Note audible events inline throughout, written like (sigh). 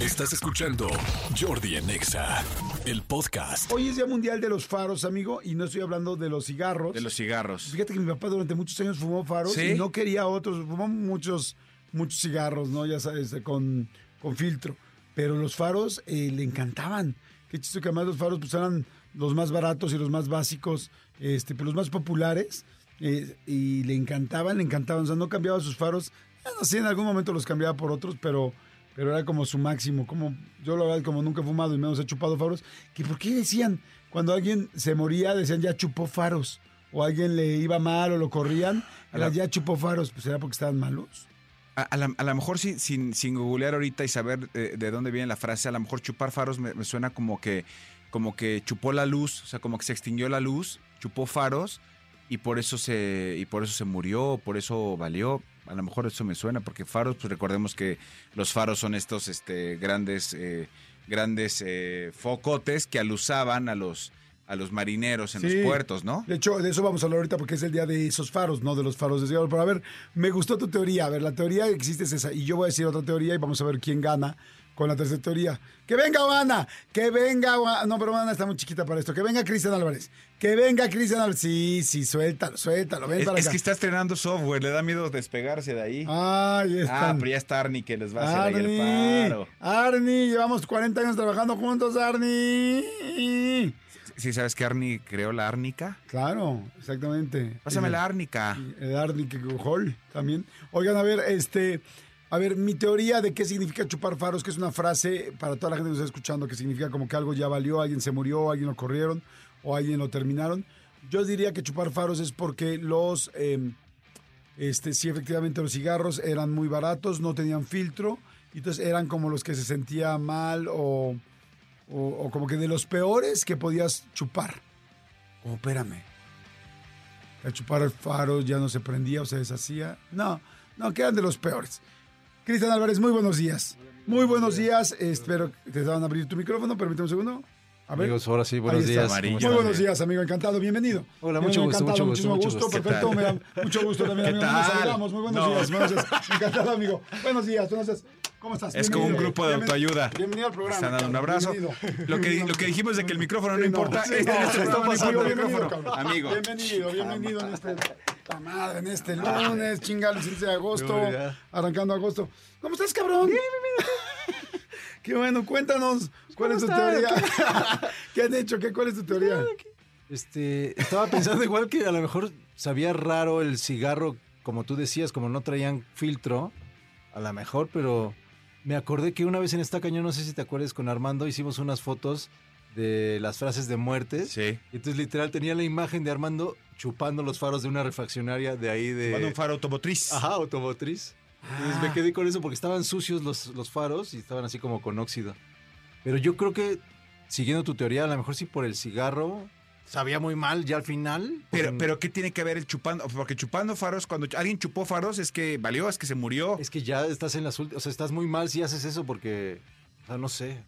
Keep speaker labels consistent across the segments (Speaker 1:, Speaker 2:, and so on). Speaker 1: Estás escuchando Jordi en Exa, el podcast.
Speaker 2: Hoy es Día Mundial de los Faros, amigo, y no estoy hablando de los cigarros.
Speaker 3: De los cigarros.
Speaker 2: Fíjate que mi papá durante muchos años fumó faros
Speaker 3: ¿Sí?
Speaker 2: y no quería otros, fumó muchos, muchos cigarros, ¿no? Ya sabes, eh, con, con filtro. Pero los faros eh, le encantaban. Qué chiste que además los faros pues eran los más baratos y los más básicos, este, pero los más populares. eh, y le encantaban, le encantaban. O sea, no cambiaba sus faros. Así en algún momento los cambiaba por otros, pero, pero era como su máximo. Como, yo la verdad, como nunca he fumado y menos he chupado faros, que por qué decían, cuando alguien se moría, decían ya chupó faros. O alguien le iba mal o lo corrían, era, ya chupó faros. Pues era porque estaban malos.
Speaker 3: A, a la- a lo mejor sin, sin, sin googlear ahorita y saber eh, de dónde viene la frase, a lo mejor chupar faros me, me suena como que, como que chupó la luz, o sea, como que se extinguió la luz, chupó faros y por eso se, y por eso se murió, por eso valió. A lo mejor eso me suena, porque faros, pues recordemos que los faros son estos este, grandes, eh, grandes eh, focotes que alusaban a los, a los marineros en
Speaker 2: Sí.
Speaker 3: los puertos, ¿no?
Speaker 2: De hecho, de eso vamos a hablar ahorita porque es el día de esos faros, no de los faros de cigarro. Pero a ver, me gustó tu teoría. A ver, la teoría que existe es esa. Y yo voy a decir otra teoría y vamos a ver quién gana con la tercera teoría. ¡Que venga Ana! ¡Que venga Ana! No, pero Ana está muy chiquita para esto. ¡Que venga Cristian Álvarez! ¡Que venga Cristian Álvarez! Sí, sí, suéltalo, suéltalo. Ven
Speaker 3: Es,
Speaker 2: para
Speaker 3: es
Speaker 2: acá.
Speaker 3: que está estrenando software, le da miedo despegarse de ahí.
Speaker 2: Ay,
Speaker 3: Ah,
Speaker 2: están.
Speaker 3: pero ya está Arnie que les va a hacer ahí el
Speaker 2: Arnie,
Speaker 3: paro.
Speaker 2: Arnie, llevamos 40 años trabajando juntos, Arnie.
Speaker 3: Sí, ¿sabes que Arnie creó la árnica?
Speaker 2: Claro, exactamente.
Speaker 3: Pásame la árnica.
Speaker 2: El Arnick Hall también. Oigan, a ver, este. A ver, mi teoría de qué significa chupar faros, que es una frase para toda la gente que nos está escuchando, que significa como que algo ya valió, alguien se murió, alguien lo corrieron o alguien lo terminaron. Yo diría que chupar faros es porque los. em, este, sí, efectivamente, los cigarros eran muy baratos, no tenían filtro, y entonces eran como los que se sentía mal o, o, o como que de los peores que podías chupar. Como, Oh, espérame, a chupar el faro ya no se prendía o se deshacía. No, no, que eran de los peores. Cristian Álvarez, muy buenos días. Muy buenos días. Espero que te van a abrir tu micrófono. Permíteme un segundo. A ver.
Speaker 4: Amigos, ahora sí,
Speaker 2: Ahí
Speaker 4: buenos
Speaker 2: está.
Speaker 4: días.
Speaker 3: amarillo.
Speaker 2: Muy buenos días, amigo. Encantado. Bienvenido.
Speaker 4: Hola,
Speaker 2: Bienvenido,
Speaker 4: mucho gusto,
Speaker 2: encantado,
Speaker 4: mucho gusto,
Speaker 2: Muchísimo
Speaker 4: mucho
Speaker 2: gusto.
Speaker 4: gusto.
Speaker 2: Perfecto.
Speaker 3: ¿Qué
Speaker 2: Me
Speaker 3: tal?
Speaker 2: da mucho gusto también, amigo.
Speaker 3: tal?
Speaker 2: Nos saludamos. Muy buenos
Speaker 3: No.
Speaker 2: días. Buenos días. Encantado, amigo. Buenos días. Buenos días. ¿Cómo estás?
Speaker 3: Es como un
Speaker 2: Bienvenido.
Speaker 3: grupo de
Speaker 2: Bienven-
Speaker 3: autoayuda.
Speaker 2: Bienvenido al programa.
Speaker 3: Están dando un
Speaker 2: cabrón.
Speaker 3: abrazo.
Speaker 2: Bienvenido.
Speaker 3: Lo que, lo que dijimos de que el micrófono no
Speaker 2: Sí,
Speaker 3: importa,
Speaker 2: sí,
Speaker 3: (laughs) este
Speaker 2: no,
Speaker 3: este
Speaker 2: sí,
Speaker 3: está
Speaker 2: no,
Speaker 3: pasando
Speaker 2: amigo,
Speaker 3: el
Speaker 2: bienvenido,
Speaker 3: micrófono.
Speaker 2: cabrón.
Speaker 3: Amigo.
Speaker 2: Bienvenido, bienvenido en este. puta madre, en este lunes, chingado, el 15 de agosto, arrancando agosto. ¿Cómo estás, cabrón? Bien, bien, bien. (laughs) Qué bueno, cuéntanos, ¿cuál es tu teoría? (laughs) ¿Qué han hecho? ¿Qué, ¿Cuál es tu teoría?
Speaker 4: Este, estaba pensando igual que a lo mejor sabía raro el cigarro, como tú decías, como no traían filtro, a lo mejor, pero me acordé que una vez en esta cañón, no sé si te acuerdas, con Armando hicimos unas fotos de las frases de muertes.
Speaker 3: Sí.
Speaker 4: Y entonces literal tenía la imagen de Armando chupando los faros de una refaccionaria de ahí
Speaker 3: Manda
Speaker 4: de...
Speaker 3: un faro automotriz.
Speaker 4: Ajá, automotriz. Entonces me quedé con eso porque estaban sucios los, los faros y estaban así como con óxido. Pero yo creo que, siguiendo tu teoría, a lo mejor sí por el cigarro, sabía muy mal ya al final. pues,
Speaker 3: Pero, pero ¿qué tiene que ver el chupando? Porque chupando faros, cuando alguien chupó faros, es que valió, es que se murió.
Speaker 4: Es que ya estás en las últimas, o sea, estás muy mal si haces eso porque, o sea, no sé.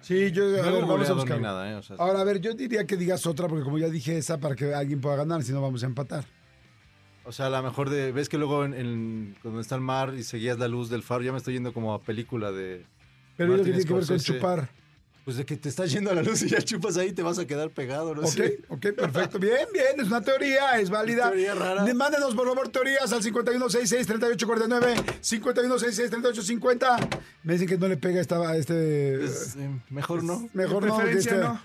Speaker 2: Sí, yo
Speaker 4: No
Speaker 2: a Ah. ver,
Speaker 4: he
Speaker 2: vamos a
Speaker 4: googleado ni
Speaker 2: buscar.
Speaker 4: nada, ¿eh? O sea,
Speaker 2: Ahora, a ver, yo diría que digas otra, porque como ya dije esa, para que alguien pueda ganar, si no vamos a empatar.
Speaker 4: o sea, a lo mejor de, ves que luego en, en- cuando está el mar y seguías la luz del faro, ya me estoy yendo como a película de...
Speaker 2: Pero yo creo que
Speaker 4: Martin
Speaker 2: tiene que ver con
Speaker 4: Scorsese.
Speaker 2: chupar.
Speaker 4: Pues de que te estás yendo a la luz y ya chupas ahí, te vas a quedar pegado, ¿no?
Speaker 2: Ok,
Speaker 4: sé.
Speaker 2: ok, perfecto. Bien, bien, es una teoría, es válida.
Speaker 4: Teoría rara.
Speaker 2: De- Mándenos, por favor, teorías al 5166-3849, 5166-3850. Me dicen que no le pega esta, a este...
Speaker 4: Pues, eh, mejor no.
Speaker 2: mejor
Speaker 3: de
Speaker 2: no, que
Speaker 3: preferencia
Speaker 2: esta,
Speaker 3: no.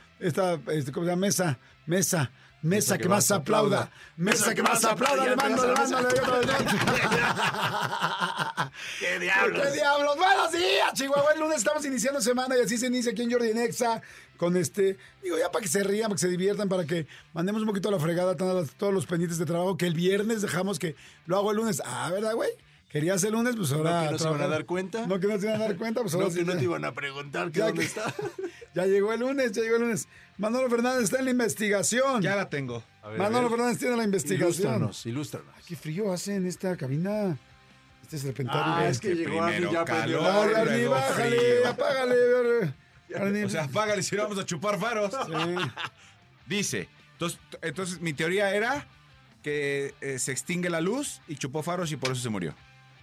Speaker 2: esta este, ¿cómo se llama? Mesa, mesa, mesa que, más aplauda. Mesa que más aplauda, le mando, le mando, le mando, le (laughs) mando.
Speaker 3: ¡Qué
Speaker 2: ¿Qué diablos? Buenos días, Chihuahua. El lunes estamos iniciando semana y así se inicia aquí en Jordi Nexa. Con este, digo, ya para que se rían, para que se diviertan, para que mandemos un poquito a la fregada todas las- todos los pendientes de trabajo que el viernes dejamos que lo hago el lunes. Ah, ¿verdad, güey? Querías el lunes, pues ahora.
Speaker 4: No, que no se van a
Speaker 2: trabajar.
Speaker 4: dar cuenta.
Speaker 2: No, que no se van a dar cuenta, pues ahora
Speaker 4: (laughs) No,
Speaker 2: sí
Speaker 4: que no
Speaker 2: ya.
Speaker 4: te iban a preguntar que
Speaker 2: Ya
Speaker 4: dónde
Speaker 2: que-
Speaker 4: (laughs) está.
Speaker 2: (laughs) Ya llegó el lunes, ya llegó el lunes. Manolo Fernández está en la investigación.
Speaker 3: Ya la tengo.
Speaker 2: Manolo Fernández tiene la investigación.
Speaker 4: Ilústranos, ilústranos.
Speaker 2: Qué frío hace en esta cabina. Este serpentario.
Speaker 4: Ah,
Speaker 2: Ve.
Speaker 4: es que llegó
Speaker 3: primero
Speaker 4: Arnie, ya aprendió.
Speaker 3: calor,
Speaker 2: Ahora, Arnie,
Speaker 3: luego
Speaker 2: bájale,
Speaker 3: frío.
Speaker 2: apágale. Arnie.
Speaker 3: O sea, apágale si no vamos a chupar faros.
Speaker 2: Sí.
Speaker 3: Dice. Entonces, t- entonces mi teoría era que eh, se extingue la luz y chupó faros y por eso se murió.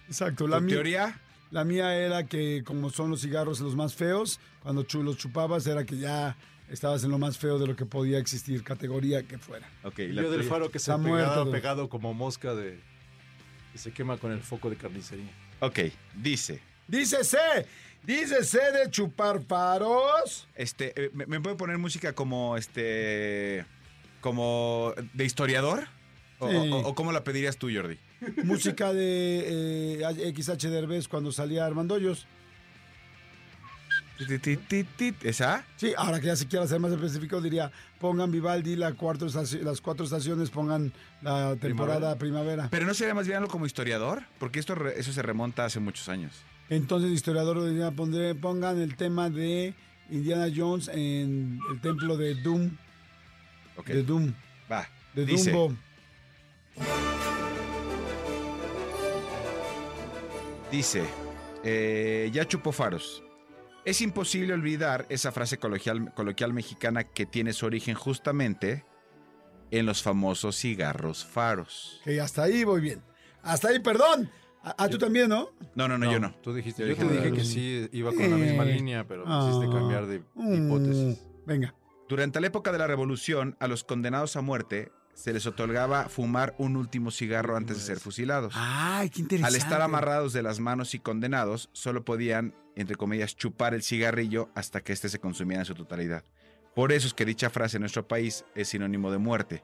Speaker 2: Exacto,
Speaker 3: La
Speaker 2: la mi-
Speaker 3: teoría
Speaker 2: La mía era que como son los cigarros los más feos, cuando chu- los chupabas era que ya estabas en lo más feo de lo que podía existir, categoría que fuera.
Speaker 3: Ok,
Speaker 4: Y
Speaker 3: la
Speaker 4: yo del
Speaker 3: tuya.
Speaker 4: faro que se
Speaker 2: Está
Speaker 4: ha
Speaker 2: muerto,
Speaker 4: pegado,
Speaker 2: güey.
Speaker 4: pegado como mosca de que se quema con el foco de carnicería.
Speaker 3: Ok, dice.
Speaker 2: Dícese, dícese de chupar faros.
Speaker 3: Este, eh, ¿me, me puede poner música como este. como. de historiador? O,
Speaker 2: Sí.
Speaker 3: o- o cómo la pedirías tú, Jordi?
Speaker 2: Música de eh, XH Derbez cuando salía Armando Hoyos.
Speaker 3: Tit, tit, tit, tit. ¿Esa?
Speaker 2: Sí, ahora que ya se quiera ser más específico, diría, pongan Vivaldi la cuarto estaci- las cuatro estaciones, pongan la temporada primavera.
Speaker 3: Pero no sería más bien algo como historiador, porque esto re- eso se remonta hace muchos años.
Speaker 2: Entonces, historiador, diría, pondré, pongan el tema de Indiana Jones en el templo de Doom,
Speaker 3: Ok,
Speaker 2: de Doom,
Speaker 3: va.
Speaker 2: de
Speaker 3: dice,
Speaker 2: Dumbo.
Speaker 3: Dice, eh, ya chupó faros. Es imposible olvidar esa frase coloquial, coloquial mexicana que tiene su origen justamente en los famosos cigarros faros.
Speaker 2: Que hasta ahí voy bien. Hasta ahí, perdón. Ah, ah, tú también, ¿no?
Speaker 3: No, no, no, yo no.
Speaker 4: Tú dijiste,
Speaker 3: Yo
Speaker 4: yo, te
Speaker 3: dije
Speaker 4: dije
Speaker 2: que
Speaker 4: que sí iba con la misma
Speaker 2: Eh.
Speaker 4: línea, pero quisiste
Speaker 2: Ah.
Speaker 4: cambiar de de
Speaker 2: Mm,
Speaker 4: hipótesis.
Speaker 2: Venga.
Speaker 3: Durante la época de la Revolución, a los condenados a muerte se les otorgaba fumar un último cigarro antes de ser fusilados.
Speaker 2: Ay, qué
Speaker 3: Al
Speaker 2: interesante.
Speaker 3: estar amarrados de las manos y condenados, solo podían, entre comillas, chupar el cigarrillo hasta que éste se consumiera en su totalidad. Por eso es que dicha frase en nuestro país es sinónimo de muerte.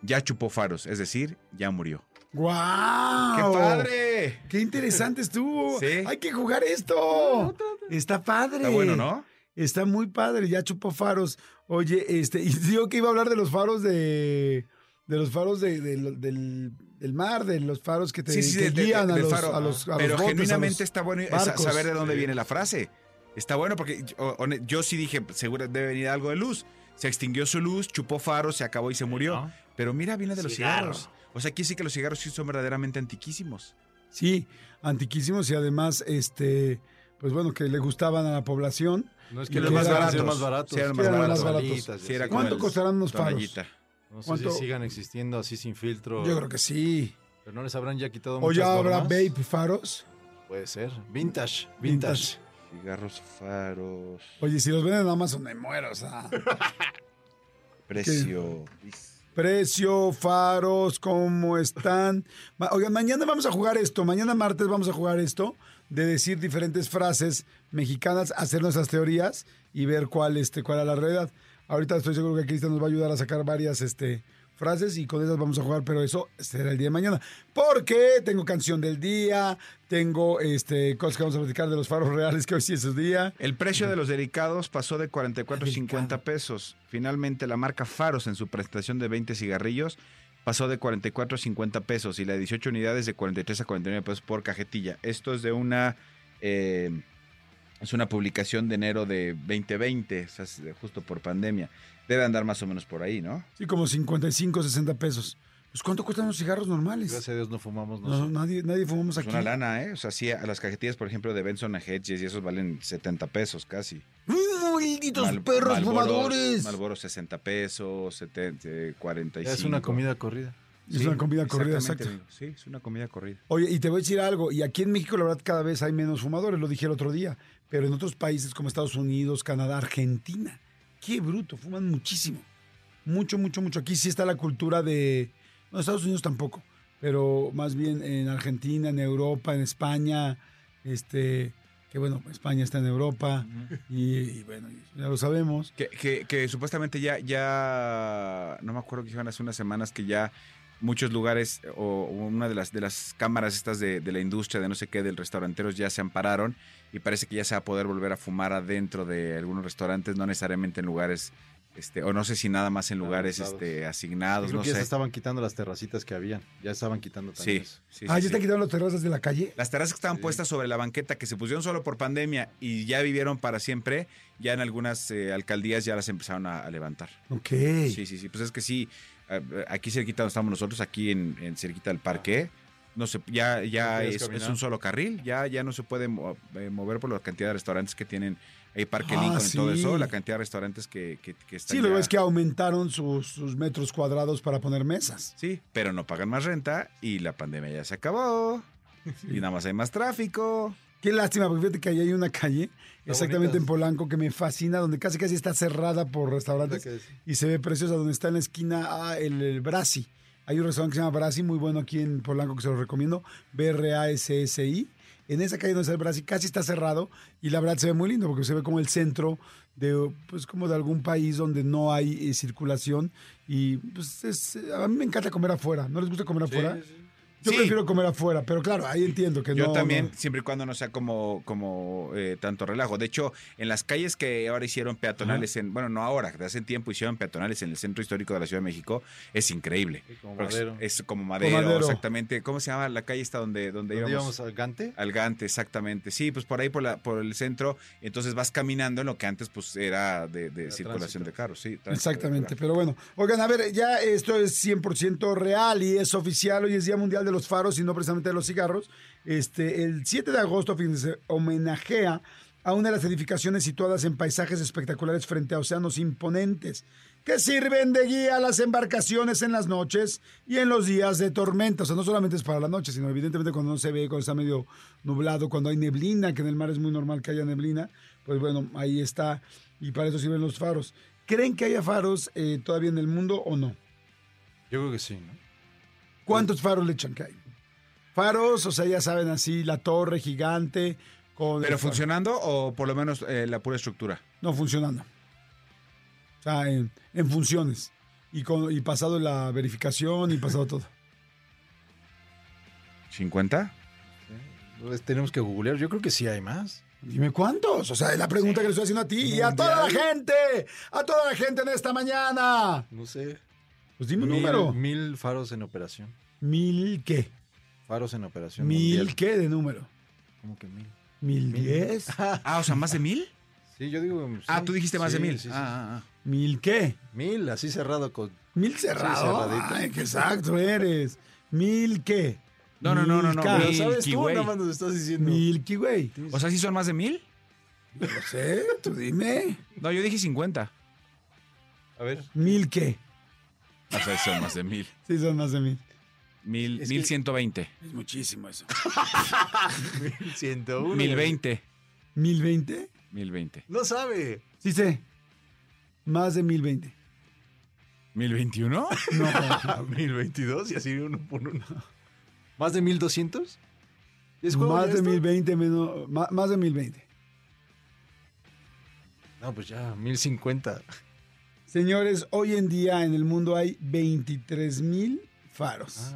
Speaker 3: Ya chupó faros, es decir, ya murió.
Speaker 2: ¡Guau!
Speaker 3: ¡Qué padre!
Speaker 2: ¡Qué interesante estuvo!
Speaker 3: Sí.
Speaker 2: ¡Hay que jugar esto! Está padre.
Speaker 3: Está bueno, ¿no?
Speaker 2: Está muy padre, ya chupó faros. Oye, este, (laughs) y digo que iba a hablar de los faros de. De los faros de- de lo- del, del mar, de los faros que te
Speaker 3: Sí, sí,
Speaker 2: que
Speaker 3: de- de-
Speaker 2: guían a
Speaker 3: del
Speaker 2: los,
Speaker 3: faro.
Speaker 2: a los- a los
Speaker 3: Pero
Speaker 2: botes, a
Speaker 3: genuinamente
Speaker 2: los-
Speaker 3: está bueno sa-
Speaker 2: barcos.
Speaker 3: saber de dónde viene la frase. Está bueno porque yo, one- yo sí dije, seguro debe venir algo de luz. Se extinguió su luz, chupó faros, se acabó y se murió.
Speaker 4: ¿No?
Speaker 3: Pero mira, viene de los
Speaker 4: Cigarro.
Speaker 3: cigarros. O sea, aquí sí que los cigarros sí son verdaderamente antiquísimos.
Speaker 2: Sí, antiquísimos y además, este, pues bueno, que le gustaban a la población.
Speaker 4: No es
Speaker 2: Y
Speaker 4: que
Speaker 2: los
Speaker 4: los
Speaker 2: más
Speaker 4: más
Speaker 2: baratos.
Speaker 4: más baratos.
Speaker 3: Sí, eran
Speaker 4: que
Speaker 3: más
Speaker 4: eran
Speaker 3: baratos.
Speaker 4: balitas,
Speaker 3: Sí, era
Speaker 4: así.
Speaker 3: como
Speaker 2: ¿Cuánto
Speaker 3: el-
Speaker 2: costarán unos faros?
Speaker 3: Tonallita.
Speaker 4: No sé
Speaker 2: ¿Cuánto?
Speaker 4: si sigan existiendo así sin filtro.
Speaker 2: Yo creo que sí.
Speaker 4: Pero no les habrán ya quitado
Speaker 2: O
Speaker 4: muchas
Speaker 2: ya habrá
Speaker 4: normas.
Speaker 2: vape faros.
Speaker 4: Puede ser. Vintage. Vintage.
Speaker 3: Cigarros faros.
Speaker 2: Oye, si los venden en Amazon me muero, o sea.
Speaker 3: Precio.
Speaker 2: Precio, faros, ¿cómo están? Ma- Oigan, mañana vamos a jugar esto, mañana martes vamos a jugar esto, de decir diferentes frases mexicanas, hacer nuestras teorías y ver cuál, este, cuál era la realidad. Ahorita estoy seguro que Cristian nos va a ayudar a sacar varias este, frases y con esas vamos a jugar, pero eso será el día de mañana. Porque tengo canción del día, tengo este, cosas que vamos a platicar de los faros reales, que hoy sí es su día.
Speaker 3: El precio de los delicados pasó de 44.50 pesos. Finalmente, la marca Faros, en su presentación de 20 cigarrillos, pasó de 44.50 pesos y la de 18 unidades de 43 a 49 pesos por cajetilla. Esto es de una. eh, es una publicación de enero de 2020, o sea, es justo por pandemia. Debe andar más o menos por ahí, ¿no?
Speaker 2: Sí, como 55, 60 pesos. Pues ¿cuánto cuestan los cigarros normales?
Speaker 4: Gracias a Dios no fumamos
Speaker 2: No,
Speaker 4: nosotros.
Speaker 2: nadie, nadie fumamos
Speaker 3: Es
Speaker 2: Pues aquí.
Speaker 3: una lana, ¿eh? O sea, sí, a las cajetillas, por ejemplo, de Benson Hedges y esos valen 70 pesos casi.
Speaker 2: ¡Malditos
Speaker 3: Mal-
Speaker 2: perros
Speaker 3: Malboro-
Speaker 2: fumadores!
Speaker 3: Malboro 60 pesos, 70, eh, 45.
Speaker 4: Ya es una comida corrida.
Speaker 2: Es una comida corrida,
Speaker 3: exactamente,
Speaker 2: exacto.
Speaker 3: amigo. Sí, es una comida corrida.
Speaker 2: Oye, y te voy a decir algo, y aquí en México la verdad cada vez hay menos fumadores, lo dije el otro día, pero en otros países como Estados Unidos, Canadá, Argentina, qué bruto, fuman muchísimo. Mucho, mucho, mucho. Aquí sí está la cultura de... Bueno, Estados Unidos tampoco, pero más bien en Argentina, en Europa, en España, este... Que bueno, España está en Europa y, y bueno, ya lo sabemos.
Speaker 3: Que, que- que supuestamente ya, ya, no me acuerdo que iban hace unas semanas que ya muchos lugares o, o una de las, de las cámaras estas de, de la industria, de no sé qué, del restauranteros ya se ampararon y parece que ya se va a poder volver a fumar adentro de algunos restaurantes, no necesariamente en lugares, este, o no sé si nada más en lugares
Speaker 4: Avanzados.
Speaker 3: este, asignados,
Speaker 4: Creo
Speaker 3: no
Speaker 4: que ya se
Speaker 3: sé.
Speaker 4: estaban quitando las terracitas que habían. Ya estaban quitando
Speaker 3: Sí,
Speaker 4: también. eso.
Speaker 3: sí,
Speaker 2: ah,
Speaker 3: sí,
Speaker 2: ¿ya
Speaker 3: sí.
Speaker 2: te quitaron las terrazas de la calle?
Speaker 3: Las terrazas que estaban
Speaker 4: Sí.
Speaker 3: puestas sobre la banqueta, que se pusieron solo por pandemia y ya vivieron para siempre, ya en algunas eh, alcaldías ya las empezaron a, a levantar.
Speaker 2: Ok.
Speaker 3: Sí, sí, sí. Pues es que sí, a- a- aquí cerquita donde estamos nosotros, aquí en, en cerquita del parque, no se, ya,
Speaker 4: No
Speaker 3: ya
Speaker 4: puedes
Speaker 3: es, es
Speaker 4: caminar.
Speaker 3: un solo carril, ya, ya no se puede mo- eh, mover por la cantidad de restaurantes que tienen. Hay Parque
Speaker 2: Ah,
Speaker 3: Lincoln y todo
Speaker 2: sí.
Speaker 3: eso, la cantidad de restaurantes que, que, que están.
Speaker 2: Sí, luego
Speaker 3: ya-
Speaker 2: es que aumentaron sus, sus metros cuadrados para poner mesas.
Speaker 3: Sí, pero no pagan más renta y la pandemia ya se acabó. Y nada más hay más tráfico.
Speaker 2: Qué lástima, porque fíjate que ahí hay una calle, exactamente en Polanco, que me fascina, donde casi casi está cerrada por restaurantes
Speaker 4: La que es.
Speaker 2: y se ve preciosa, donde está en la esquina ah, el, el Brasi. Hay un restaurante que se llama Brasi, muy bueno aquí en Polanco, que se lo recomiendo, B-R-A-S-S-I. En esa calle donde está el Brasi casi está cerrado y la verdad se ve muy lindo porque se ve como el centro de, pues, como de algún país donde no hay eh, circulación y, pues, es- a mí me encanta comer afuera. ¿No les gusta comer afuera? Yo
Speaker 3: Sí.
Speaker 2: prefiero comer afuera, pero claro, ahí entiendo que
Speaker 3: Yo
Speaker 2: no-
Speaker 3: también,
Speaker 2: no-
Speaker 3: siempre y cuando no sea como, como eh, tanto relajo. De hecho, en las calles que ahora hicieron peatonales, en, bueno, no ahora, de hace tiempo hicieron peatonales en el centro histórico de la Ciudad de México, es increíble.
Speaker 4: Sí, como
Speaker 3: Porque
Speaker 4: Madero.
Speaker 3: Es, es como madero,
Speaker 2: Madero.
Speaker 3: exactamente. ¿Cómo se llama la calle esta donde, donde
Speaker 4: ¿Dónde
Speaker 3: íbamos?
Speaker 4: íbamos al Gante?
Speaker 3: Al Gante, exactamente. Sí, pues por ahí, por, la, por el centro. Entonces vas caminando en lo que antes pues era de, de
Speaker 4: Era
Speaker 3: circulación
Speaker 4: tránsito.
Speaker 3: de carros. Sí, tránsito de
Speaker 2: Exactamente,
Speaker 3: carros.
Speaker 2: pero bueno. Oigan, a ver, ya esto es 100% real y es oficial. Hoy es Día Mundial de los Faros y no precisamente de los cigarros. Este, el 7 de agosto fíjense, se homenajea a una de las edificaciones situadas en paisajes espectaculares frente a océanos imponentes que sirven de guía a las embarcaciones en las noches y en los días de tormenta. O sea, no solamente es para la noche, sino evidentemente cuando no se ve, cuando está medio nublado, cuando hay neblina, que en el mar es muy normal que haya neblina. Pues bueno, ahí está y para eso sirven los faros. ¿Creen que haya faros eh, todavía en el mundo o no?
Speaker 4: Yo creo que sí, ¿no?
Speaker 2: ¿Cuántos faros le echan que hay? Faros, o sea, ya saben así, la torre gigante con... el
Speaker 3: ¿Pero
Speaker 2: faro.
Speaker 3: funcionando o por lo menos eh, la pura estructura?
Speaker 2: No, funcionando. O sea, en, en funciones. Y, con, y pasado la verificación y pasado todo.
Speaker 3: ¿50?
Speaker 4: Entonces, Pues, tenemos que googlear. Yo creo que sí hay más.
Speaker 2: Dime cuántos. O sea, es la pregunta que le estoy haciendo a ti y a toda la gente. A toda la gente en esta mañana.
Speaker 4: No sé.
Speaker 2: Pues dime un
Speaker 4: Mil-
Speaker 2: número.
Speaker 4: Mil faros en operación.
Speaker 2: ¿Mil qué?
Speaker 4: Faros en operación.
Speaker 2: ¿Mil
Speaker 4: mundial.
Speaker 2: qué de número?
Speaker 4: ¿Cómo que mil?
Speaker 2: ¿Mil
Speaker 4: Mil.
Speaker 2: diez?
Speaker 3: Ah, o sea, ¿más de mil?
Speaker 4: Sí, yo digo. pues, sí.
Speaker 3: Ah, tú dijiste más de
Speaker 4: Sí,
Speaker 3: mil.
Speaker 4: sí, sí.
Speaker 3: Ah, ah, ah.
Speaker 2: ¿Mil qué?
Speaker 4: Mil, así cerrado con.
Speaker 2: Mil cerrado.
Speaker 4: Sí, cerradito.
Speaker 2: Ay, qué exacto eres. Mil qué.
Speaker 3: No, no, no, no, no,
Speaker 2: Milka.
Speaker 3: mil.
Speaker 4: ¿Sabes tú?
Speaker 3: kiwi.
Speaker 4: Nada más nos estás diciendo.
Speaker 2: Milky Way.
Speaker 3: O sea, ¿sí son más de mil?
Speaker 2: No sé, tú dime.
Speaker 3: No, yo dije 50.
Speaker 4: A ver.
Speaker 2: Mil qué.
Speaker 3: O sea, son más de mil.
Speaker 2: Sí, son más de mil.
Speaker 3: Mil,
Speaker 4: Es que-
Speaker 3: mil ciento veinte.
Speaker 2: Es muchísimo eso.
Speaker 4: Ciento uno.
Speaker 3: Mil veinte.
Speaker 2: ¿Mil veinte?
Speaker 3: Mil veinte.
Speaker 4: No sabe.
Speaker 2: Sí sé. Más de mil veinte.
Speaker 3: ¿Mil veintiuno? (laughs)
Speaker 2: No.
Speaker 4: Mil veintidós y así uno por uno. ¿Más de mil doscientos? ¿Es juego
Speaker 2: más
Speaker 4: ya
Speaker 2: de
Speaker 4: esto?
Speaker 2: mil veinte menos. ma- Más de mil veinte.
Speaker 4: No, pues ya, mil cincuenta.
Speaker 2: Señores, hoy en día en el mundo hay 23 mil faros.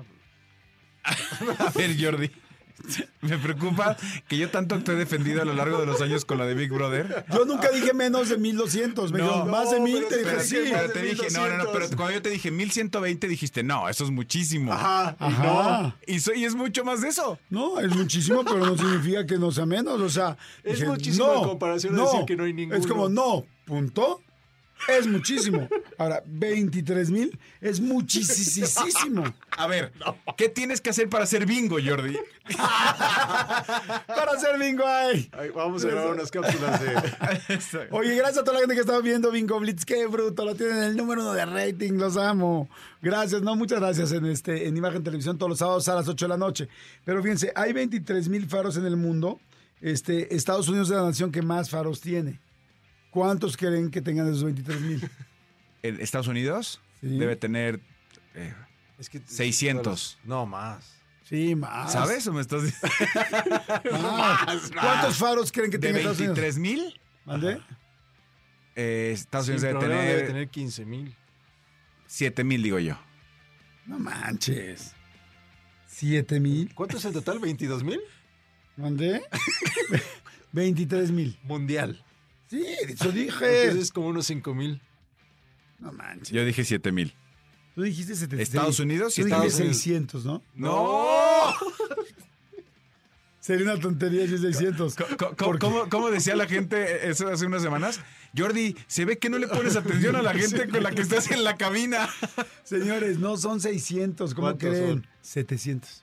Speaker 4: Ah.
Speaker 3: A ver, Jordi. (laughs) Me preocupa que yo tanto te he defendido a lo largo de los años con la de Big Brother.
Speaker 2: Yo nunca dije menos de 1200. Me
Speaker 3: No.
Speaker 2: dijeron, más de
Speaker 4: No,
Speaker 2: mil,
Speaker 4: pero
Speaker 2: te dije
Speaker 3: Pero,
Speaker 2: sí.
Speaker 4: espérate,
Speaker 3: pero te dije, no, no, no, pero
Speaker 4: 1200.
Speaker 3: cuando yo te dije 1120 dijiste, no, eso es muchísimo.
Speaker 4: Ajá. y
Speaker 2: Ajá.
Speaker 4: no.
Speaker 3: Y, soy, y es mucho más de eso.
Speaker 2: No, es muchísimo, pero no significa que no sea menos. O sea,
Speaker 4: Es muchísimo en comparación a decir que no hay ninguno.
Speaker 2: Es como, no, punto. Es muchísimo. Ahora, 23 mil es muchísimo.
Speaker 3: A ver, ¿qué tienes que hacer para ser bingo, Jordi?
Speaker 2: Para ser bingo ay.
Speaker 4: Ay, vamos a grabar unas cápsulas de.
Speaker 2: Oye, gracias a toda la gente que está viendo Bingo Blitz. Qué bruto, lo tienen en el número uno de rating. Los amo. Gracias, no, muchas gracias en este en Imagen Televisión todos los sábados a las 8 de la noche. Pero fíjense, hay 23 mil faros en el mundo. Este, Estados Unidos es la nación que más faros tiene. ¿Cuántos creen que tengan de esos 23 mil?
Speaker 3: En Estados Unidos
Speaker 2: Sí.
Speaker 3: debe tener eh,
Speaker 4: Es que-
Speaker 3: 600.
Speaker 4: No, más.
Speaker 2: Sí, más.
Speaker 3: ¿Sabes o me estás diciendo?
Speaker 2: Más. ¿Cuántos faros creen que
Speaker 3: ¿De
Speaker 2: tenga Estados Unidos?
Speaker 3: 23 mil?
Speaker 2: ¿Mande?
Speaker 3: Eh, Estados
Speaker 4: Sin
Speaker 3: Unidos debe
Speaker 4: problema
Speaker 3: tener,
Speaker 4: debe tener 15 mil.
Speaker 3: 7 mil, digo yo.
Speaker 2: No manches. ¿7 mil?
Speaker 4: ¿Cuánto es el total? ¿22 mil?
Speaker 2: ¿Mandé? (laughs) 23 mil.
Speaker 4: Mundial.
Speaker 2: Sí, eso dije.
Speaker 4: Entonces es como unos 5 mil.
Speaker 2: No manches.
Speaker 3: Yo dije 7 mil.
Speaker 2: Tú dijiste 700.
Speaker 3: Estados Unidos y
Speaker 2: Tú dijiste
Speaker 3: Estados Unidos.
Speaker 2: 600, ¿no?
Speaker 3: ¡No!
Speaker 2: Sería una tontería decir 600.
Speaker 3: Co- co- ¿Cómo, cómo decía la gente eso hace unas semanas? Jordi, se ve que no le pones atención a la gente con la que estás en la cabina.
Speaker 2: Señores, no son 600. ¿Cómo
Speaker 4: ¿Cuántos
Speaker 2: creen?
Speaker 4: son?
Speaker 2: 700.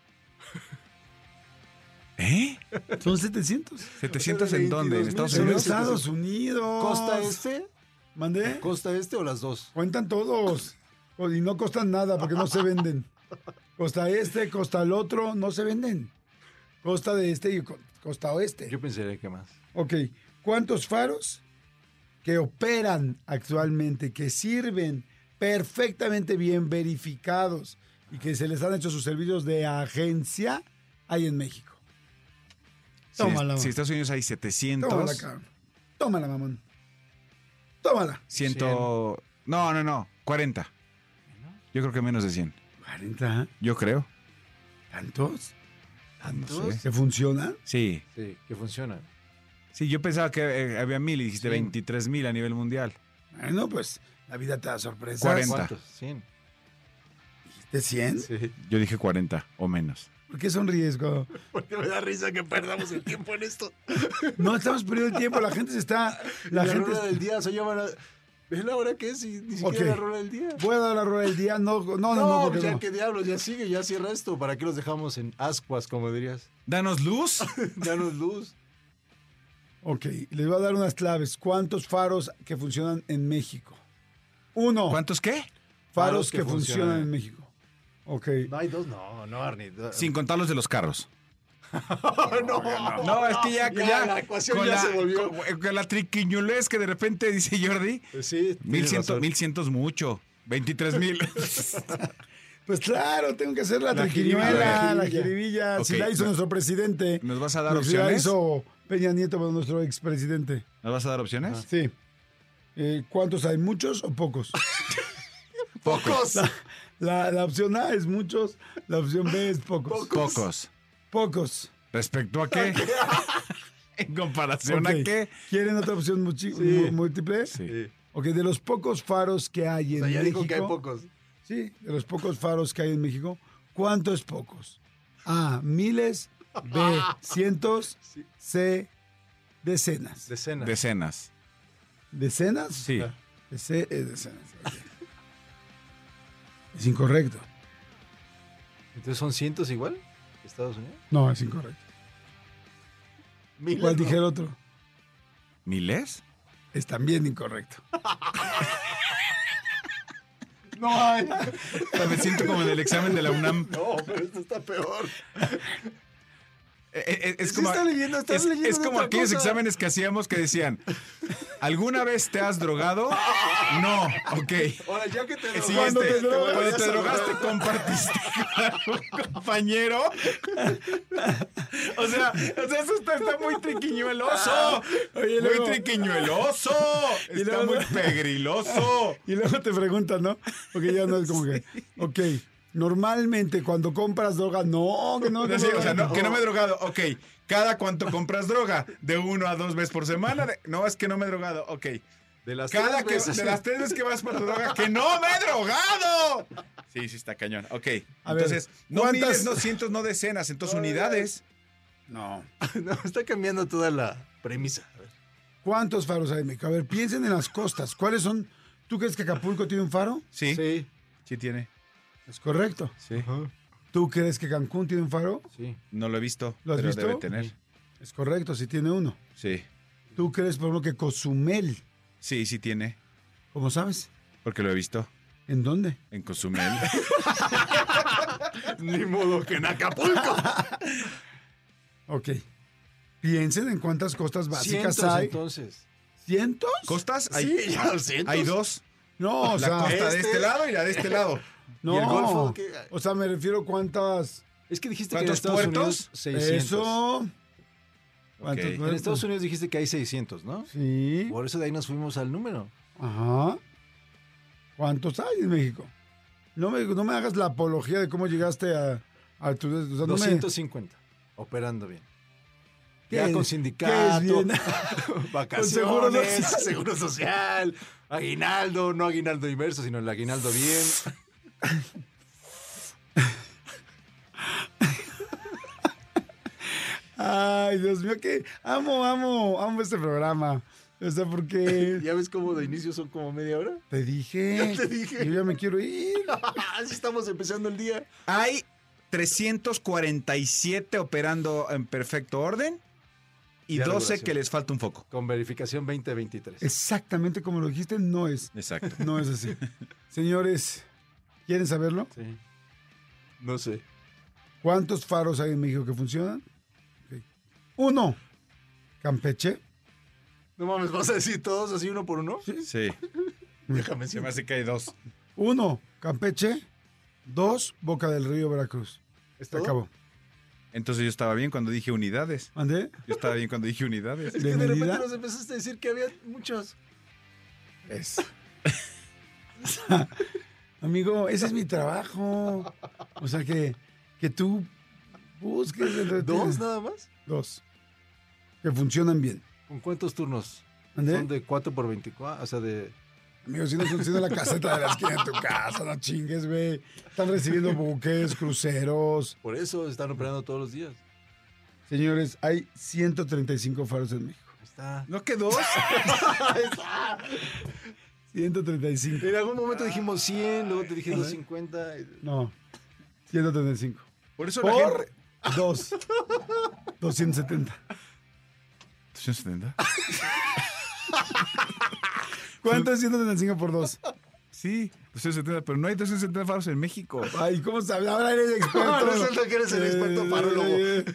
Speaker 3: ¿Eh?
Speaker 2: Son 700.
Speaker 3: ¿700 en dónde? ¿En Estados
Speaker 2: Son
Speaker 4: Pero
Speaker 3: Unidos?
Speaker 2: Estados Unidos.
Speaker 4: ¿Costa este?
Speaker 2: ¿Mandé?
Speaker 4: ¿Costa este o las dos?
Speaker 2: Cuentan todos. O- Y no costan nada porque no se venden. Costa este, costa el otro, no se venden. Costa de este y co- costa oeste.
Speaker 4: Yo pensaría que más.
Speaker 2: Ok, ¿cuántos faros que operan actualmente, que sirven perfectamente bien verificados y que se les han hecho sus servicios de agencia hay en México?
Speaker 3: Si-
Speaker 2: Tómala,
Speaker 3: si,
Speaker 2: mamón.
Speaker 3: Estados Unidos hay
Speaker 2: Tómala,
Speaker 3: 700,
Speaker 2: cabrón. Tómala, mamón. Tómala.
Speaker 3: 100... No, no, no, 40. Yo creo que menos de 100.
Speaker 2: ¿40?
Speaker 3: Yo creo.
Speaker 2: ¿Tantos?
Speaker 3: ¿Tantos?
Speaker 2: ¿Se funciona?
Speaker 3: Sí.
Speaker 4: Sí, que funciona.
Speaker 3: Sí, yo pensaba que eh, había mil y dijiste
Speaker 4: Sí.
Speaker 3: 23 mil a nivel mundial.
Speaker 2: Bueno, pues la vida te da sorpresas.
Speaker 3: 40.
Speaker 4: ¿Cuántos? 100.
Speaker 2: ¿De 100?
Speaker 4: Sí.
Speaker 3: Yo dije 40 o menos.
Speaker 2: ¿Por qué sonríes, Godo?
Speaker 5: Porque me da risa que perdamos el tiempo en esto.
Speaker 2: No estamos perdiendo el tiempo, la gente se está. La
Speaker 4: La,
Speaker 2: gente.
Speaker 4: rola del día, o sea, yo van a... ¿Ves la hora que es? Y ni siquiera
Speaker 2: Ok.
Speaker 4: la rola del día.
Speaker 2: Voy a dar la rueda del día. No, no,
Speaker 3: Ah,
Speaker 2: no, no,
Speaker 4: No, pues
Speaker 2: porque
Speaker 4: ya
Speaker 2: no.
Speaker 4: qué diablos, ya sigue, ya cierra esto. ¿Para qué los dejamos en ascuas,
Speaker 3: (laughs)
Speaker 4: como dirías?
Speaker 3: Danos luz.
Speaker 4: Danos luz.
Speaker 2: Ok, les voy a dar unas claves. ¿Cuántos faros que funcionan en México? Uno,
Speaker 3: ¿Cuántos qué?
Speaker 2: faros
Speaker 4: faros
Speaker 2: que,
Speaker 4: que
Speaker 2: funcionan
Speaker 4: funcionan.
Speaker 2: en México. Ok.
Speaker 4: No hay dos, no, no, Arnie.
Speaker 3: Sin contar los de los carros.
Speaker 4: no,
Speaker 3: No, es que ya,
Speaker 4: la ecuación ya se volvió.
Speaker 3: Con, con la triquiñulez que de repente dice Jordi.
Speaker 4: Pues sí,
Speaker 3: Mil
Speaker 4: tienes
Speaker 3: ciento,
Speaker 4: razón.
Speaker 3: mil ciento es mucho. 23 (laughs) mil.
Speaker 2: Pues claro, tengo que hacer la,
Speaker 4: La
Speaker 2: triquiñuela,
Speaker 4: jiribilla.
Speaker 2: la jiribilla.
Speaker 3: Ok.
Speaker 2: Si la hizo nuestro presidente.
Speaker 3: ¿Nos vas a dar
Speaker 2: si la
Speaker 3: opciones?
Speaker 2: hizo Peña Nieto, pero nuestro expresidente.
Speaker 3: ¿Nos vas a dar opciones?
Speaker 2: Sí. Eh, ¿Cuántos hay? ¿Muchos o pocos?
Speaker 3: Pocos.
Speaker 2: La, la opción A es muchos, la opción B es pocos.
Speaker 3: Pocos.
Speaker 2: Pocos.
Speaker 3: ¿Respecto a (laughs) qué? ¿En comparación
Speaker 2: Ok.
Speaker 3: a qué?
Speaker 2: ¿Quieren otra opción muchi- mu- múltiple?
Speaker 3: Sí.
Speaker 2: Ok, de los pocos faros que hay en
Speaker 4: O sea, ya
Speaker 2: México.
Speaker 4: dijo que hay pocos.
Speaker 2: Sí, de los pocos faros que hay en México, ¿cuántos pocos? A, miles, B, cientos, C, decenas.
Speaker 4: Decenas.
Speaker 3: Decenas.
Speaker 2: ¿Decenas?
Speaker 3: Sí.
Speaker 2: C es decenas. ok. Es incorrecto.
Speaker 4: Entonces son cientos igual, Estados Unidos.
Speaker 2: No, es incorrecto.
Speaker 4: Miles,
Speaker 2: ¿Cuál
Speaker 4: no.
Speaker 2: dije el otro?
Speaker 3: ¿Miles?
Speaker 2: Es también incorrecto.
Speaker 4: No hay.
Speaker 3: O sea, Pues Me siento como en el examen de la UNAM.
Speaker 4: No, pero esto está peor.
Speaker 3: Eh, eh, eh, Es
Speaker 4: Sí
Speaker 3: como,
Speaker 4: está leyendo, está
Speaker 3: es-
Speaker 4: leyendo
Speaker 3: es
Speaker 4: de
Speaker 3: como
Speaker 4: otra
Speaker 3: aquellos
Speaker 4: cosa.
Speaker 3: exámenes que hacíamos que decían, ¿alguna vez te has drogado? No, ok.
Speaker 4: Ahora, ya que te
Speaker 3: El
Speaker 4: lo-
Speaker 3: siguiente,
Speaker 2: te drogas,
Speaker 3: cuando te
Speaker 4: ya
Speaker 3: drogaste, compartiste con un compañero. O sea, o sea, eso está, está muy triquiñueloso.
Speaker 2: Oye,
Speaker 3: muy
Speaker 2: luego-
Speaker 3: triquiñueloso.
Speaker 2: Y
Speaker 3: Está
Speaker 2: luego-
Speaker 3: muy pegriloso.
Speaker 2: Y luego te preguntan, ¿no? Porque ya no es como que, ok, normalmente cuando compras droga, no, que no, que
Speaker 3: No, sí, o sea, no, que no me he drogado. Ok, ¿cada cuánto compras droga? ¿De uno a dos veces por semana? De- No, es que no me he drogado. Ok.
Speaker 4: De las
Speaker 3: Cada
Speaker 4: tres
Speaker 3: que,
Speaker 4: veces.
Speaker 3: de las tres veces que vas por tu droga, que no me he drogado. Sí, sí, está cañón. Ok.
Speaker 2: A ver,
Speaker 3: entonces, no
Speaker 2: ¿cuántas-
Speaker 3: miles, no cientos, no decenas, entonces unidades.
Speaker 2: No.
Speaker 4: (laughs) No, está cambiando toda la premisa. A ver.
Speaker 2: ¿Cuántos faros hay en México? A ver, piensen en las costas. ¿Cuáles son? ¿Tú crees que Acapulco tiene un faro?
Speaker 3: Sí, sí,
Speaker 4: Sí.
Speaker 3: tiene.
Speaker 2: Es correcto.
Speaker 3: Sí.
Speaker 4: Ajá.
Speaker 2: ¿Tú crees que Cancún tiene un faro?
Speaker 4: Sí.
Speaker 3: No lo he visto.
Speaker 2: ¿Lo has
Speaker 3: pero
Speaker 2: visto?
Speaker 3: Debe tener.
Speaker 2: Es correcto, sí tiene uno.
Speaker 3: Sí.
Speaker 2: ¿Tú crees, por ejemplo, que Cozumel,
Speaker 3: Sí, sí tiene.
Speaker 2: ¿cómo sabes?
Speaker 3: Porque lo he visto
Speaker 2: ¿En dónde?
Speaker 3: en Cozumel.
Speaker 2: (laughs)
Speaker 5: Ni modo que en Acapulco.
Speaker 2: Ok. Piensen en cuántas costas básicas
Speaker 4: Cientos,
Speaker 2: hay.
Speaker 4: entonces.
Speaker 2: ¿Cientos?
Speaker 3: ¿Costas? Hay,
Speaker 5: Sí, ya lo siento.
Speaker 3: hay dos.
Speaker 2: No, o
Speaker 3: la
Speaker 2: sea,
Speaker 3: costa de este
Speaker 4: este-
Speaker 3: lado y la de este lado.
Speaker 2: no.
Speaker 4: ¿Y el Golfo? ¿Qué?
Speaker 2: O sea, me refiero cuántas.
Speaker 4: Es que dijiste que en
Speaker 3: ¿Cuántos
Speaker 4: Estados
Speaker 3: puertos?
Speaker 4: Unidos 600.
Speaker 2: Eso. (laughs) ¿Cuántos
Speaker 3: Ok.
Speaker 2: puertos?
Speaker 4: En Estados Unidos dijiste que hay 600, ¿no?
Speaker 2: Sí.
Speaker 4: Por eso de ahí nos fuimos al número.
Speaker 2: Ajá. ¿Cuántos hay en México? No me, no me hagas la apología de cómo llegaste a, a tu. o sea, no me-
Speaker 4: 250. Operando bien.
Speaker 2: ¿Qué
Speaker 4: Ya
Speaker 2: es-
Speaker 4: con sindicato,
Speaker 2: qué es
Speaker 4: (laughs)
Speaker 2: bien?
Speaker 4: vacaciones,
Speaker 2: Con seguro
Speaker 4: seguro
Speaker 2: social.
Speaker 4: social. aguinaldo, no aguinaldo inverso, sino el aguinaldo bien.
Speaker 2: Ay, Dios mío, que amo, amo, amo este programa. O sea, porque
Speaker 4: (laughs) ¿Ya ves cómo de inicio son como media hora?
Speaker 2: te dije.
Speaker 4: Ya te dije.
Speaker 2: Yo ya me quiero ir.
Speaker 4: Así estamos empezando el día.
Speaker 3: Hay 347 operando en perfecto orden y
Speaker 4: De
Speaker 3: 12
Speaker 4: regulación.
Speaker 3: que les falta un foco.
Speaker 4: Con verificación 2023.
Speaker 2: Exactamente como lo dijiste, no es.
Speaker 3: Exacto.
Speaker 2: No es
Speaker 4: (laughs)
Speaker 2: así. Señores, ¿quieren saberlo?
Speaker 4: Sí. No sé.
Speaker 2: ¿Cuántos faros hay en México que funcionan? Ok. Uno, Campeche.
Speaker 4: No mames, vas a decir todos así uno por uno.
Speaker 3: (laughs) Sí.
Speaker 5: Déjame
Speaker 3: Se
Speaker 5: decir
Speaker 3: me hace que hay dos.
Speaker 2: Uno, Campeche. Dos, Boca del Río, Veracruz. Se
Speaker 4: ¿Está
Speaker 2: acabó.
Speaker 3: Entonces yo estaba bien cuando dije unidades.
Speaker 2: ¿Mandé?
Speaker 3: Yo estaba bien cuando dije unidades.
Speaker 4: Es
Speaker 2: ¿De
Speaker 4: que de repente
Speaker 2: medida?
Speaker 4: nos empezaste a decir que había muchos.
Speaker 3: Es.
Speaker 2: Amigo, ese es mi trabajo. O sea, que, que tú busques... entre ti.
Speaker 4: ¿Dos nada más?
Speaker 2: Dos. Que funcionan bien.
Speaker 4: ¿Con cuántos turnos?
Speaker 2: ¿Mandé?
Speaker 4: Son de 4 por 24, o sea, de...
Speaker 2: Amigo, si no funciona la caseta de la esquina de tu casa, no chingues, güey. Están recibiendo buques, cruceros.
Speaker 4: Por eso están operando todos los días.
Speaker 2: Señores, hay 135 faros en México.
Speaker 4: Ahí Está.
Speaker 3: ¿No
Speaker 2: (laughs)
Speaker 3: que dos?
Speaker 2: 135.
Speaker 4: En algún momento dijimos 100, luego te dije 250.
Speaker 2: No, 135.
Speaker 3: Por eso la
Speaker 2: Por
Speaker 3: gente...
Speaker 2: dos. 270.
Speaker 3: ¿270?
Speaker 2: ¿Cuánto es 135 por dos?
Speaker 3: Sí, 270, pero no hay 270 faros en México.
Speaker 2: Ay, ¿cómo sabes? Ahora eres experto.
Speaker 4: Ahora resulta que eres el experto parólogo.
Speaker 2: Eh,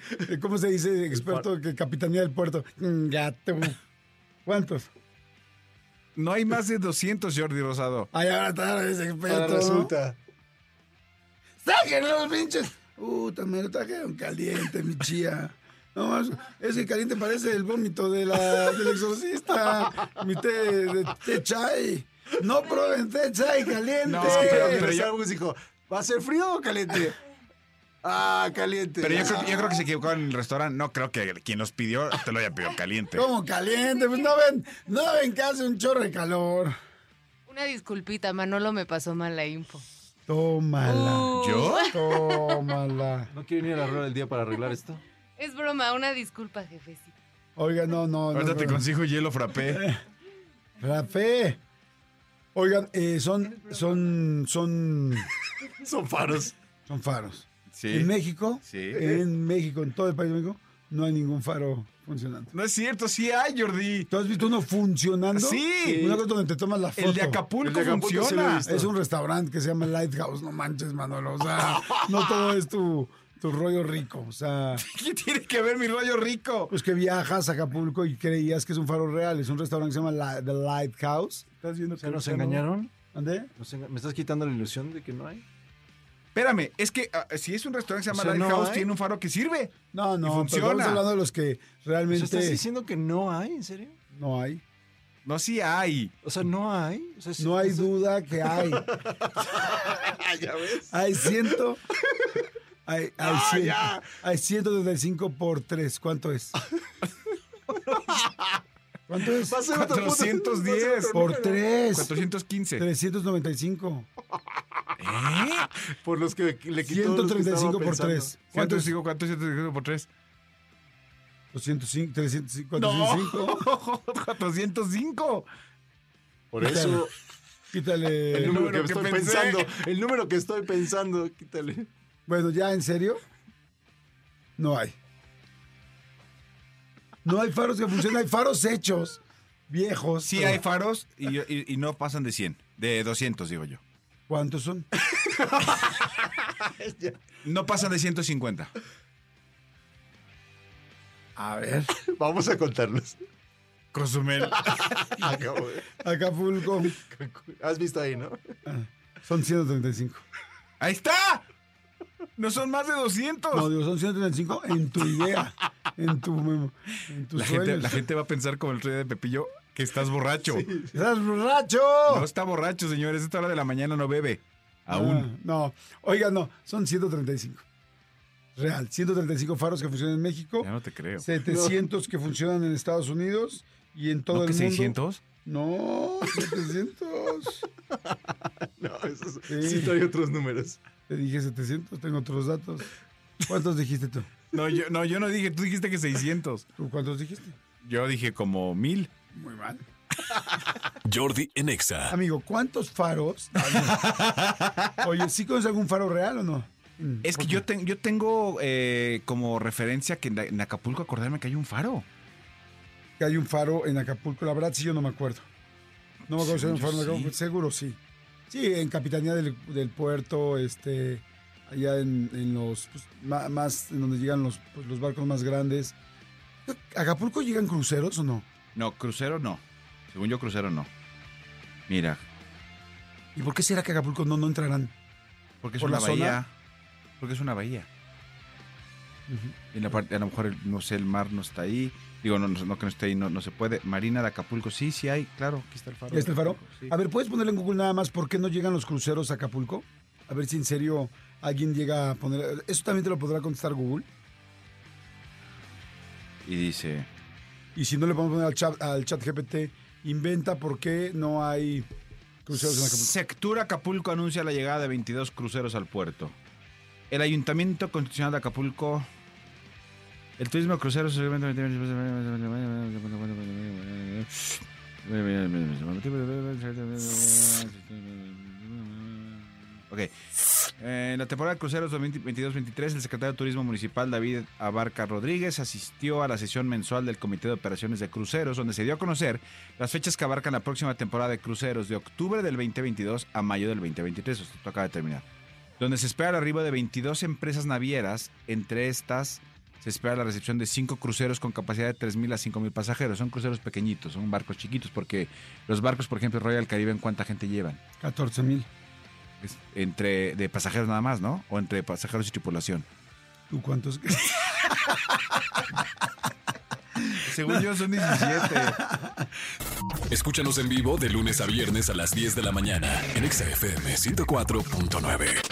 Speaker 2: ¿Cómo se dice experto que capitanía del puerto? Mm, Gato. ¿Cuántos?
Speaker 3: No hay más de 200, Jordi Rosado.
Speaker 2: Ay, ahora tú eres experto. ¿no? ¡Sáquenlo los pinches! Uh, también lo trajeron caliente, mi chía. No, más, ese caliente parece el vómito de la, del exorcista. Mi té de té chai. No prueben té chai caliente.
Speaker 3: No,
Speaker 4: Es que
Speaker 3: pero-
Speaker 4: pero,
Speaker 3: pero yo-
Speaker 4: dijo, ¿va a ser frío o caliente? Ah, caliente.
Speaker 3: Pero yo creo, yo creo que se equivocó en el restaurante. No creo que quien los pidió te lo haya pedido caliente.
Speaker 2: ¿Cómo caliente? Pues no ven, no ven que hace un chorro de calor.
Speaker 6: Una disculpita, Manolo me pasó mal la info.
Speaker 2: Tómala.
Speaker 6: Uh,
Speaker 3: ¿Yo?
Speaker 2: Tómala.
Speaker 4: (laughs) ¿No quieren ir a la rueda del día para arreglar (laughs) esto?
Speaker 6: Es broma, una disculpa, jefecito.
Speaker 2: Oiga, no, no.
Speaker 3: Ahorita
Speaker 2: no,
Speaker 3: te
Speaker 2: no. Eh,
Speaker 3: consigo hielo frappé.
Speaker 2: Rafe. Oigan, eh, son, son, son,
Speaker 5: Son faros.
Speaker 2: son faros.
Speaker 3: Sí.
Speaker 2: En México,
Speaker 3: Sí.
Speaker 2: en México, en todo el país de México, no hay ningún faro funcionando.
Speaker 3: No es cierto, sí hay, Jordi.
Speaker 2: ¿Tú has visto uno funcionando?
Speaker 3: Sí.
Speaker 2: Una cosa donde te tomas la foto.
Speaker 3: El de Acapulco,
Speaker 4: El de Acapulco sí lo he
Speaker 3: funciona.
Speaker 4: visto.
Speaker 2: Es un restaurante que se llama Lighthouse, no manches, Manolo. O sea, no todo es tu, tu rollo rico. O sea,
Speaker 3: (laughs) ¿Qué tiene que ver mi rollo rico?
Speaker 2: pues que viajas a Acapulco y creías que es un faro real. Es un restaurante que se llama La- The Lighthouse. ¿Estás viendo
Speaker 4: O sea,
Speaker 2: que-
Speaker 4: ¿nos
Speaker 2: que no?
Speaker 4: engañaron?
Speaker 2: ¿Andé?
Speaker 4: Nos enga- ¿Me estás quitando la ilusión de que no hay?
Speaker 3: Espérame, es que ah, si es un restaurante que se llama
Speaker 4: O sea, no
Speaker 3: Lighthouse,
Speaker 4: hay.
Speaker 3: tiene un faro que sirve.
Speaker 2: No, no, pero
Speaker 3: funciona.
Speaker 2: estamos hablando de los que
Speaker 4: O sea,
Speaker 2: realmente
Speaker 4: ¿Estás diciendo que no hay, en serio?
Speaker 2: no hay.
Speaker 3: No, sí hay.
Speaker 4: O sea, no hay. O sea, sí-
Speaker 2: No hay
Speaker 4: o sea,
Speaker 2: duda que hay.
Speaker 5: ¿Ya ves?
Speaker 2: Hay ciento. Hay, hay,
Speaker 5: Ah,
Speaker 2: cien-
Speaker 5: ya.
Speaker 2: hay 135 por 3. ¿Cuánto es? ¿Cuánto es?
Speaker 4: va a ser otro puto-
Speaker 3: 410.
Speaker 4: va a ser otro
Speaker 2: Por
Speaker 4: número.
Speaker 2: 3.
Speaker 3: 415.
Speaker 2: 395.
Speaker 4: Por los que le quitó los que estaba
Speaker 2: 135 por
Speaker 4: pensando.
Speaker 2: 3. ¿Cuánto
Speaker 3: ¿Cuánto
Speaker 2: es?
Speaker 3: digo? ¿Cuánto digo por tres? (laughs)
Speaker 2: 205, 305, 405.
Speaker 3: 405.
Speaker 4: Por eso,
Speaker 2: Quítale.
Speaker 4: el número que,
Speaker 3: número que
Speaker 4: estoy
Speaker 3: pensé.
Speaker 4: pensando, el número que estoy pensando, quítale.
Speaker 2: Bueno, ya en serio, no hay. No hay faros que funcionen, hay faros hechos, viejos.
Speaker 3: Sí hay faros y, y- y no pasan de 100. De 200, digo yo.
Speaker 2: ¿Cuántos son?
Speaker 3: No pasan de 150.
Speaker 2: A ver.
Speaker 5: Vamos a contarlos.
Speaker 3: Cozumel.
Speaker 5: Acabo de-
Speaker 2: Acapulco
Speaker 4: (laughs) Has visto ahí, ¿no?
Speaker 2: Ah, son 135.
Speaker 3: (laughs) ¡Ahí está! No son más de 200.
Speaker 2: No, digo, son 135 en tu idea, en tu, memo- en tus
Speaker 3: la, gente,
Speaker 2: sueños.
Speaker 3: la gente va a pensar como el rey de Pepillo que estás borracho.
Speaker 2: ¡Estás borracho!
Speaker 3: No está borracho, señores. Esta hora de la mañana no bebe. Aún.
Speaker 2: Ah, no, oiga, no, son 135. Real, 135 faros que funcionan en México,
Speaker 3: Ya no te creo.
Speaker 2: 700 que funcionan en Estados Unidos y en todo
Speaker 3: ¿No
Speaker 2: el
Speaker 3: que
Speaker 2: mundo.
Speaker 3: 600?
Speaker 2: No, 700.
Speaker 5: No, esos,
Speaker 2: Sí.
Speaker 5: sí. trae otros números.
Speaker 2: Te dije 700, tengo otros datos. ¿Cuántos dijiste tú?
Speaker 3: No yo, no, yo no dije. Tú dijiste que 600.
Speaker 2: ¿Tú cuántos dijiste?
Speaker 3: Yo dije como 1000.
Speaker 2: Muy mal.
Speaker 1: Jordi en Exa.
Speaker 2: Amigo, ¿cuántos faros?
Speaker 3: (laughs)
Speaker 2: Oye, ¿sí conoces algún faro real o no? Mm,
Speaker 3: Es que yo, ten- yo tengo eh, como referencia que en, la- en Acapulco acordarme que hay un faro.
Speaker 2: que hay un faro en Acapulco. La verdad, sí, yo no me acuerdo. No me acuerdo si hay un
Speaker 3: Según
Speaker 2: faro
Speaker 3: yo,
Speaker 2: en Acapulco.
Speaker 3: sí.
Speaker 2: Seguro sí. Sí, en Capitanía del, del Puerto, este, allá en, en los, pues, ma- más, en donde llegan los, pues, los barcos más grandes. ¿A Acapulco llegan cruceros o no?
Speaker 3: No, crucero no. Según yo, crucero no. Mira,
Speaker 2: ¿Y por qué será que a Acapulco no, no entrarán?
Speaker 3: porque es
Speaker 2: ¿Por
Speaker 3: una
Speaker 2: la zona?
Speaker 3: bahía. Porque es una bahía. Y en la parte, a lo mejor, el- no sé, el mar no está ahí. Digo, no, no, no que no esté ahí, no, no se puede. Marina de Acapulco, sí, sí hay, claro, aquí está el faro.
Speaker 2: ¿Ya está el este faro?
Speaker 3: Sí.
Speaker 2: A ver, ¿puedes ponerle en Google nada más por qué no llegan los cruceros a Acapulco? A ver si en serio alguien llega a poner... Eso también te lo podrá contestar Google.
Speaker 3: Y dice,
Speaker 2: Y si no le podemos poner al chat, al chat GPT, inventa por qué no hay cruceros en Acapulco.
Speaker 3: Sectur Acapulco anuncia la llegada de 22 cruceros al puerto. El Ayuntamiento Constitucional de Acapulco. El turismo de cruceros. Ok. Eh, en la temporada de cruceros 2022-23, el secretario de Turismo Municipal David Abarca Rodríguez asistió a la sesión mensual del Comité de Operaciones de Cruceros, donde se dio a conocer las fechas que abarcan la próxima temporada de cruceros de octubre del 2022 a mayo del 2023. Esto acaba de terminar. Donde se espera el arribo de 22 empresas navieras. Entre estas se espera la recepción de 5 cruceros con capacidad de 3.000 a 5.000 pasajeros. Son cruceros pequeñitos, son barcos chiquitos, porque los barcos, por ejemplo, Royal Caribbean, ¿cuánta gente llevan?
Speaker 2: 14 mil.
Speaker 3: Es entre de pasajeros nada más, ¿no? O entre pasajeros y tripulación.
Speaker 2: ¿Tú cuántos? (laughs)
Speaker 3: Según yo son 17. (laughs)
Speaker 1: Escúchanos en vivo de lunes a viernes a las 10 de la mañana en Exa FM 104.9.